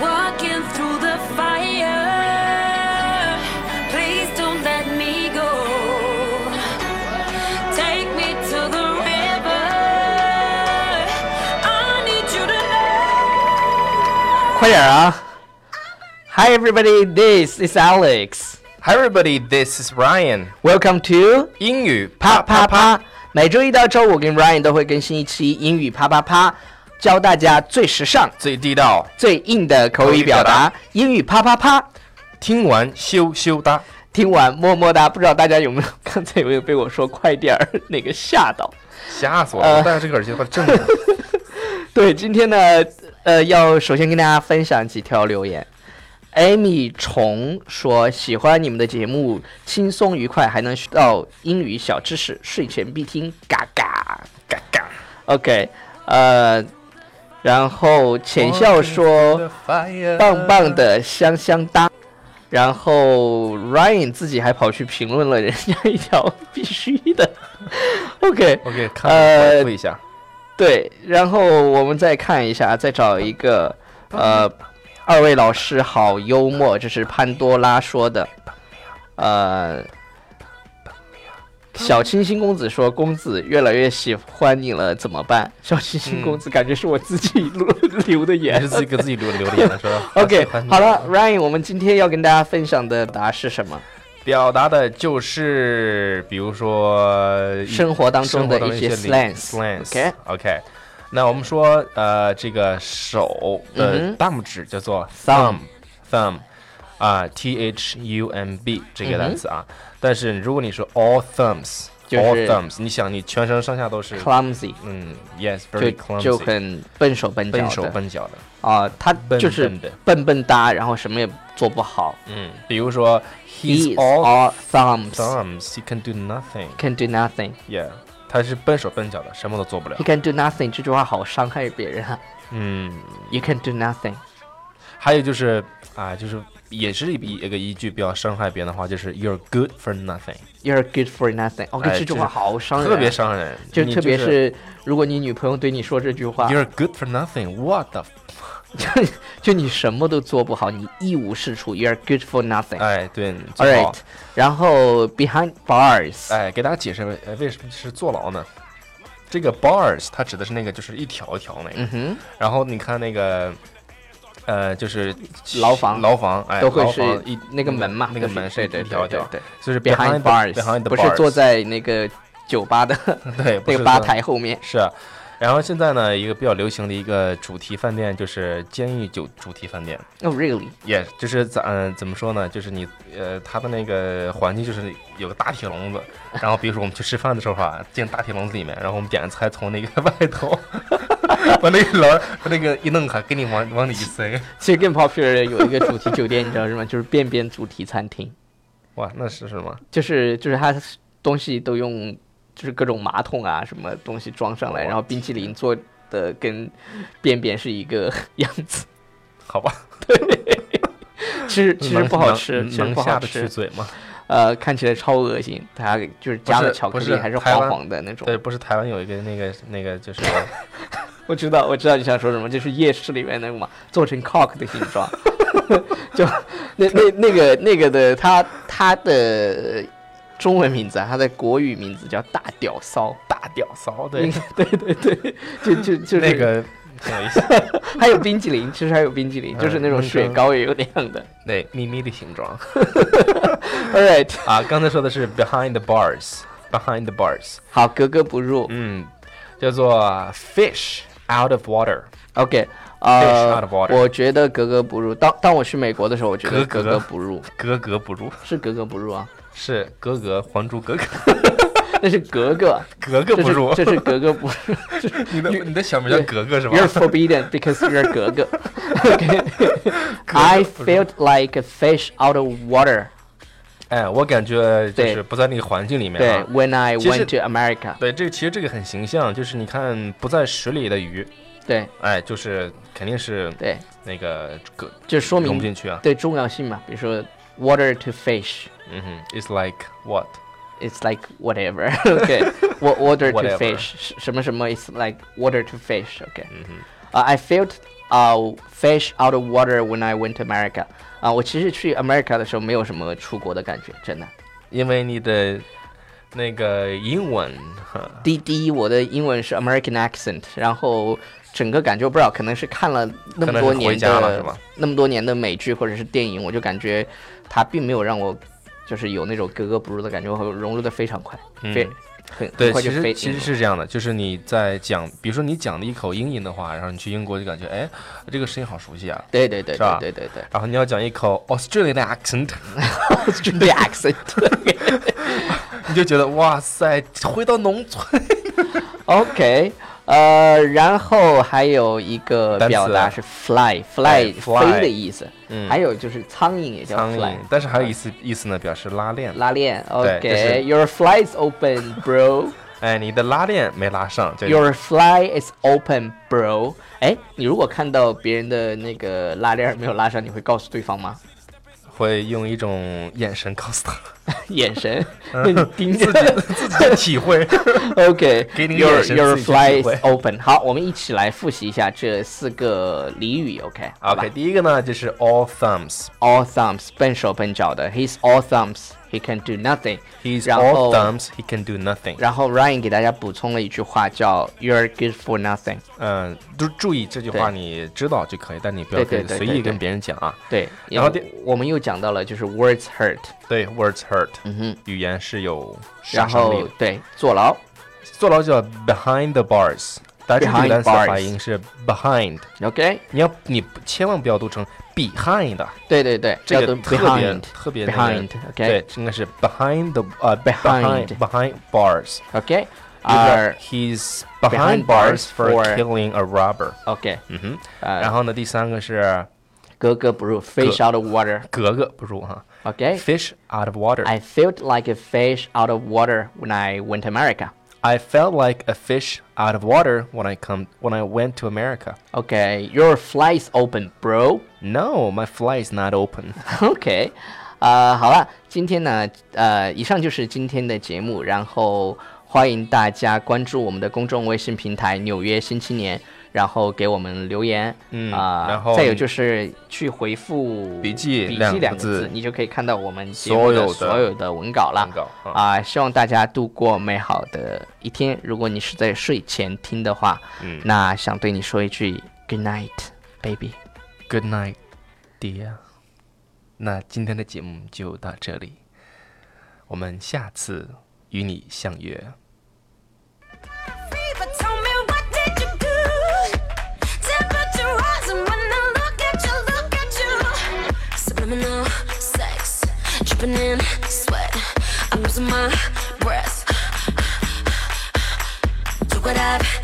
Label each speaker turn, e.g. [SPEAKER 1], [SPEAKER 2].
[SPEAKER 1] walking through the fire. Please don't let me go. Take me to the river. I need you to know.
[SPEAKER 2] 快点啊！Hi everybody, this is Alex.
[SPEAKER 3] Hi everybody, this is Ryan。
[SPEAKER 2] Welcome to
[SPEAKER 3] 英语
[SPEAKER 2] 啪啪
[SPEAKER 3] 啪
[SPEAKER 2] 啪
[SPEAKER 3] 啪啪，。
[SPEAKER 2] 每周一到周五，我跟 Ryan 都会更新一期英语啪啪啪，教大家最时尚、
[SPEAKER 3] 最地道，
[SPEAKER 2] 最硬的口语表达。英语啪啪啪，
[SPEAKER 3] 听完羞羞哒。
[SPEAKER 2] 听完么么哒。不知道大家有没有刚才有没有被我说快点儿那个吓到？
[SPEAKER 3] 吓死我
[SPEAKER 2] 呃
[SPEAKER 3] 了！我戴着这个耳机把它震了。
[SPEAKER 2] 对，今天呢，呃，要首先跟大家分享几条留言。Amy 虫说喜欢你们的节目，轻松愉快，还能学到英语小知识，睡前必听，嘎嘎。
[SPEAKER 3] 嘎嘎。
[SPEAKER 2] OK，呃，然后浅笑说
[SPEAKER 3] Fire
[SPEAKER 2] 棒棒。的，香香哒。然后 Ryan 自己还跑去评论了人家一条必须的。OK，
[SPEAKER 3] OK，看我
[SPEAKER 2] 呃
[SPEAKER 3] 回复一下。
[SPEAKER 2] 对，然后我们再看一下，再找一个，呃，二位老师好幽默，这是潘多拉说的，呃，小清新公子说，公子越来越喜欢你了，怎么办？小清新公子感觉是我自己录留的
[SPEAKER 3] 也
[SPEAKER 2] 言
[SPEAKER 3] 是。自己给自己留留言了，是吧
[SPEAKER 2] OK，好，了
[SPEAKER 3] 我喜欢
[SPEAKER 2] ，Ryan，我们今天要跟大家分享的答案是什么？
[SPEAKER 3] 你表达的就是，比如说一
[SPEAKER 2] 生活当中
[SPEAKER 3] 嗯生
[SPEAKER 2] 的
[SPEAKER 3] 活当中
[SPEAKER 2] 一
[SPEAKER 3] 一
[SPEAKER 2] 些
[SPEAKER 3] 些
[SPEAKER 2] slangs。OK
[SPEAKER 3] slangs，OK OK。那我们说，呃，这个手
[SPEAKER 2] 嗯
[SPEAKER 3] 的
[SPEAKER 2] 哼
[SPEAKER 3] thumb 指叫做
[SPEAKER 2] Thumb
[SPEAKER 3] thumb，thumb 啊，t h u m b 这
[SPEAKER 2] 嗯哼
[SPEAKER 3] 个单词啊。但是如果你说 all
[SPEAKER 2] 就是
[SPEAKER 3] thumbs，all thumbs，你想你全身上下都是，
[SPEAKER 2] Clumsy，
[SPEAKER 3] 嗯，yes，very
[SPEAKER 2] 就就
[SPEAKER 3] clumsy，
[SPEAKER 2] 很笨手笨脚的。
[SPEAKER 3] 笨手笨脚的。
[SPEAKER 2] 啊，他就是
[SPEAKER 3] 笨笨的
[SPEAKER 2] 笨笨哒，然后什么也做不好。
[SPEAKER 3] 嗯，比如说
[SPEAKER 2] He
[SPEAKER 3] he's
[SPEAKER 2] is
[SPEAKER 3] all
[SPEAKER 2] all thumbs,
[SPEAKER 3] thumbs, he can do nothing。
[SPEAKER 2] can do nothing.
[SPEAKER 3] Yeah，他是笨手笨脚的，什么都做不了
[SPEAKER 2] He。can do nothing 这句话好伤害别人啊。
[SPEAKER 3] 嗯，
[SPEAKER 2] You can do nothing.
[SPEAKER 3] 还有就是啊，就是也是一一个一句比较伤害别人的话，就是 You're good for nothing，
[SPEAKER 2] You're good for nothing. OK，、
[SPEAKER 3] 哎
[SPEAKER 2] 这句话好伤人啊，
[SPEAKER 3] 特别伤人，
[SPEAKER 2] 就
[SPEAKER 3] 你
[SPEAKER 2] 特别
[SPEAKER 3] 是
[SPEAKER 2] 是啊如果你女朋友对你说这句话，
[SPEAKER 3] You're good for nothing，what the，f-
[SPEAKER 2] 就你什么都做不好，你一无是处。You're good for nothing.
[SPEAKER 3] 哎，对
[SPEAKER 2] All
[SPEAKER 3] 坐牢
[SPEAKER 2] right，然后 behind bars，、
[SPEAKER 3] 哎，给大家解释哎为什么是坐牢呢？这个 bars 它指的是那个就是一条一条那个，
[SPEAKER 2] 嗯哼，
[SPEAKER 3] 然后你看那个，呃，就是
[SPEAKER 2] 牢房
[SPEAKER 3] 牢房，哎，
[SPEAKER 2] 都会
[SPEAKER 3] 牢
[SPEAKER 2] 是
[SPEAKER 3] 房一
[SPEAKER 2] 那个门嘛，
[SPEAKER 3] 那
[SPEAKER 2] 就
[SPEAKER 3] 个
[SPEAKER 2] 是
[SPEAKER 3] 门
[SPEAKER 2] 对
[SPEAKER 3] 是
[SPEAKER 2] 对
[SPEAKER 3] 一
[SPEAKER 2] 对
[SPEAKER 3] 条一条，
[SPEAKER 2] 对
[SPEAKER 3] 就是
[SPEAKER 2] 对 behind
[SPEAKER 3] bars，behind the
[SPEAKER 2] 不是
[SPEAKER 3] bars
[SPEAKER 2] 坐在那个酒吧的
[SPEAKER 3] 对
[SPEAKER 2] 那
[SPEAKER 3] 不
[SPEAKER 2] 个
[SPEAKER 3] 是坐
[SPEAKER 2] 吧台后面。
[SPEAKER 3] 是啊。然后现在呢，一个比较流行的一个主题饭店就是监狱酒主题饭店，
[SPEAKER 2] Oh really？
[SPEAKER 3] 也、就是咱、呃怎么说呢，就是你呃，它的那个环境就是有个大铁 笼子，然后比如说我们去吃饭的时候啊，进大铁笼子里面，然后我们点菜从那个外头 把那个篮把那个一弄开，给你往往里一塞，
[SPEAKER 2] 其实更 popular 的有一个主题酒店，你知道是吗？ 就是便便主题餐厅，
[SPEAKER 3] 哇，那是什么？
[SPEAKER 2] 就是就是它东西都用就是各种马桶啊什么东西装上来，然后冰淇淋做的跟便便是一个 样子。
[SPEAKER 3] 好吧，
[SPEAKER 2] 其实其实
[SPEAKER 3] 能
[SPEAKER 2] 不好
[SPEAKER 3] 嗯能
[SPEAKER 2] 吃，其实
[SPEAKER 3] 能
[SPEAKER 2] 不
[SPEAKER 3] 下
[SPEAKER 2] 好
[SPEAKER 3] 得去
[SPEAKER 2] 吃，
[SPEAKER 3] 嘴吗？
[SPEAKER 2] 呃，看起来超恶心，它就是加
[SPEAKER 3] 不是
[SPEAKER 2] 了巧克
[SPEAKER 3] 不
[SPEAKER 2] 力
[SPEAKER 3] 是
[SPEAKER 2] 还是
[SPEAKER 3] 台
[SPEAKER 2] 黄
[SPEAKER 3] 湾
[SPEAKER 2] 黄的那种。
[SPEAKER 3] 对，不是台湾有一个那个那 个就是
[SPEAKER 2] 我知道，我知道你想说什么，就是夜市里面那个嘛，做成 cock 的形状， 就那那那个那个的，它它的中文名字啊，它的国语名字叫大屌骚，
[SPEAKER 3] 大屌骚，对，
[SPEAKER 2] 对 对对，就 就就是
[SPEAKER 3] 那，个挺有意思，
[SPEAKER 2] 还有冰激凌，其实还有冰激凌，
[SPEAKER 3] 嗯
[SPEAKER 2] 就是那种雪糕也有那样的。
[SPEAKER 3] 对，咪咪的形状
[SPEAKER 2] All right，
[SPEAKER 3] 啊。刚才说的是 behind the bars，behind the bars，
[SPEAKER 2] 好，格格不入。
[SPEAKER 3] 嗯，叫做 fish out of water，
[SPEAKER 2] OK，
[SPEAKER 3] Fish
[SPEAKER 2] 呃
[SPEAKER 3] out of，water
[SPEAKER 2] 我觉得格格不入。当当我去美国的时候，我觉得格
[SPEAKER 3] 格格
[SPEAKER 2] 格不入，
[SPEAKER 3] 格格不入，
[SPEAKER 2] 是格格不入啊，
[SPEAKER 3] 是格格，还珠格格，
[SPEAKER 2] 那是格格，
[SPEAKER 3] 格 格
[SPEAKER 2] 这
[SPEAKER 3] 不
[SPEAKER 2] 是
[SPEAKER 3] 入。
[SPEAKER 2] 这是格格不入。
[SPEAKER 3] 你的你的小名叫
[SPEAKER 2] 对
[SPEAKER 3] 格格是吧
[SPEAKER 2] You're forbidden because you're a 格格。Okay. I felt like a fish out of water.
[SPEAKER 3] 哎，我感觉就
[SPEAKER 2] 对
[SPEAKER 3] 是不在那个环境里面
[SPEAKER 2] 对
[SPEAKER 3] 啊。
[SPEAKER 2] ，When I
[SPEAKER 3] 其
[SPEAKER 2] went
[SPEAKER 3] 实
[SPEAKER 2] to America，
[SPEAKER 3] 对，这个其实这个很形象，就是你看不在水里的鱼，
[SPEAKER 2] 对
[SPEAKER 3] 哎，就是肯定是
[SPEAKER 2] 对，
[SPEAKER 3] 那个格
[SPEAKER 2] 就说
[SPEAKER 3] 融不
[SPEAKER 2] 明
[SPEAKER 3] 进去啊。
[SPEAKER 2] 对重要性嘛。比如说 water to fish。
[SPEAKER 3] 嗯哼，It's like what？
[SPEAKER 2] It's like whatever. Okay, Wa- water to
[SPEAKER 3] Whatever
[SPEAKER 2] fish，什什么什么 is like water to fish. Okay,
[SPEAKER 3] 嗯哼。
[SPEAKER 2] Uh, I felt 啊、fish out of water when I went to America。啊，我其实去 America 的时候没有什么出国的感觉，真的。
[SPEAKER 3] 因为你的那个英文，哈
[SPEAKER 2] 第第一，我的英文是 American accent，然后整个感觉我不知道，可能是看了那么多
[SPEAKER 3] 可能是回
[SPEAKER 2] 年
[SPEAKER 3] 家了是
[SPEAKER 2] 的
[SPEAKER 3] 吧
[SPEAKER 2] 那么多年的美剧或者是电影，我就感觉它并没有让我就是有那种格格不入的感觉，我融入的非常快，
[SPEAKER 3] 嗯
[SPEAKER 2] 非很很
[SPEAKER 3] 对，
[SPEAKER 2] 快
[SPEAKER 3] 其
[SPEAKER 2] 就飞
[SPEAKER 3] 实其实是这样的，就是你在讲，比如说你讲了一口英音的话，然后你去英国就感觉，哎，这个声音好熟悉啊。
[SPEAKER 2] 对对对
[SPEAKER 3] 是吧
[SPEAKER 2] 对对对对
[SPEAKER 3] 然后你要讲一口 Australian accent，
[SPEAKER 2] ，Australian accent。
[SPEAKER 3] 你就觉得哇塞，回到农村。
[SPEAKER 2] OK，呃，然后还有一个
[SPEAKER 3] 单词
[SPEAKER 2] 表达是 fly，fly
[SPEAKER 3] ，fly
[SPEAKER 2] 飞的意思，
[SPEAKER 3] 嗯
[SPEAKER 2] 还有就是苍蝇也叫
[SPEAKER 3] 苍
[SPEAKER 2] fly
[SPEAKER 3] 蝇。，但是还有一思意思呢，表示拉链。
[SPEAKER 2] 拉链
[SPEAKER 3] 对就是
[SPEAKER 2] ，OK，Your fly is open, bro 。
[SPEAKER 3] 哎，你的拉链没拉上，就
[SPEAKER 2] Your fly is open, bro。哎，你如果看到别人的那个拉链儿没有拉上，你会告诉对方吗？
[SPEAKER 3] 会用一种眼神告诉他，
[SPEAKER 2] 眼神，那
[SPEAKER 3] 嗯
[SPEAKER 2] 你盯着。
[SPEAKER 3] 自己的体 会。
[SPEAKER 2] OK，
[SPEAKER 3] 给你
[SPEAKER 2] your
[SPEAKER 3] 眼神
[SPEAKER 2] your
[SPEAKER 3] 自己去
[SPEAKER 2] fly
[SPEAKER 3] 体会
[SPEAKER 2] is open。好，我们一起来复习一下这四个俚语。OK，好吧
[SPEAKER 3] OK，第一个呢就是 all thumbs，he's
[SPEAKER 2] All thumbs，笨手笨脚的。He's all thumbs，he can do nothing。然
[SPEAKER 3] all
[SPEAKER 2] 后
[SPEAKER 3] thumbs，he can do nothing。
[SPEAKER 2] 然后 Ryan 给大家补充了一句话，叫 "You're good for nothing"。
[SPEAKER 3] 嗯，就注意这句话，你知道就可以，但你不要
[SPEAKER 2] 对
[SPEAKER 3] 跟
[SPEAKER 2] 对对
[SPEAKER 3] 随
[SPEAKER 2] 对
[SPEAKER 3] 意
[SPEAKER 2] 对
[SPEAKER 3] 跟别人讲啊。
[SPEAKER 2] 对，
[SPEAKER 3] 然后
[SPEAKER 2] 因为
[SPEAKER 3] 第
[SPEAKER 2] 我们又讲到了就是 words hurt，
[SPEAKER 3] 对，words hurt，
[SPEAKER 2] 嗯哼，
[SPEAKER 3] 语言是有杀
[SPEAKER 2] 然
[SPEAKER 3] 伤力
[SPEAKER 2] 后
[SPEAKER 3] 的。
[SPEAKER 2] 对坐牢，
[SPEAKER 3] 坐牢叫 behind the bars，但是这个
[SPEAKER 2] Behind
[SPEAKER 3] 单词
[SPEAKER 2] bars
[SPEAKER 3] 发音是 behind，
[SPEAKER 2] OK，
[SPEAKER 3] 你要你不千万不要读成 behind，
[SPEAKER 2] 对对对，
[SPEAKER 3] 这
[SPEAKER 2] 叫做
[SPEAKER 3] 个特别
[SPEAKER 2] behind
[SPEAKER 3] 特别那个
[SPEAKER 2] behind
[SPEAKER 3] 对
[SPEAKER 2] OK，
[SPEAKER 3] 应该是 behind the 呃
[SPEAKER 2] Behind
[SPEAKER 3] behind bars。
[SPEAKER 2] OK，
[SPEAKER 3] Either
[SPEAKER 2] 而
[SPEAKER 3] he's
[SPEAKER 2] behind
[SPEAKER 3] behind bars
[SPEAKER 2] bars
[SPEAKER 3] for
[SPEAKER 2] for- Uh。
[SPEAKER 3] killing a robber。
[SPEAKER 2] OK，
[SPEAKER 3] 嗯哼，
[SPEAKER 2] 呃
[SPEAKER 3] 然后呢，第三个是
[SPEAKER 2] 格格不入，fish out of water。
[SPEAKER 3] 格格不入哈
[SPEAKER 2] OK。
[SPEAKER 3] ，fish out of water。
[SPEAKER 2] I felt like a fish out of water when I went to America.
[SPEAKER 3] I felt like a fish out of water when I come when I went to America.
[SPEAKER 2] OK, your fly is open, bro.
[SPEAKER 3] No, my fly is not open.
[SPEAKER 2] OK，啊、好了，今天呢，呃，以上就是今天的节目，然后欢迎大家关注我们的公众微信平台《纽约新青年》，然后给我们留言，
[SPEAKER 3] 嗯
[SPEAKER 2] 啊、
[SPEAKER 3] 然后
[SPEAKER 2] 再有就是去回复
[SPEAKER 3] 笔记
[SPEAKER 2] 笔
[SPEAKER 3] 两
[SPEAKER 2] 记
[SPEAKER 3] 个
[SPEAKER 2] 两个
[SPEAKER 3] 字
[SPEAKER 2] 字，你就可以看到我们节目的
[SPEAKER 3] 所有的
[SPEAKER 2] 所有的文稿了
[SPEAKER 3] 文稿啊
[SPEAKER 2] 啊、希望大家度过美好的一天。如果你是在睡前听的话，
[SPEAKER 3] 嗯
[SPEAKER 2] 那想对你说一句 Good night, baby。
[SPEAKER 3] Good night, dear. 那今天的节目就到这里，我们下次与你相约。
[SPEAKER 1] But tell me what did you do? Temperature rising when I look at you, look at you. Subliminal sex, dripping in sweat. I'm losing my breath. Do what I've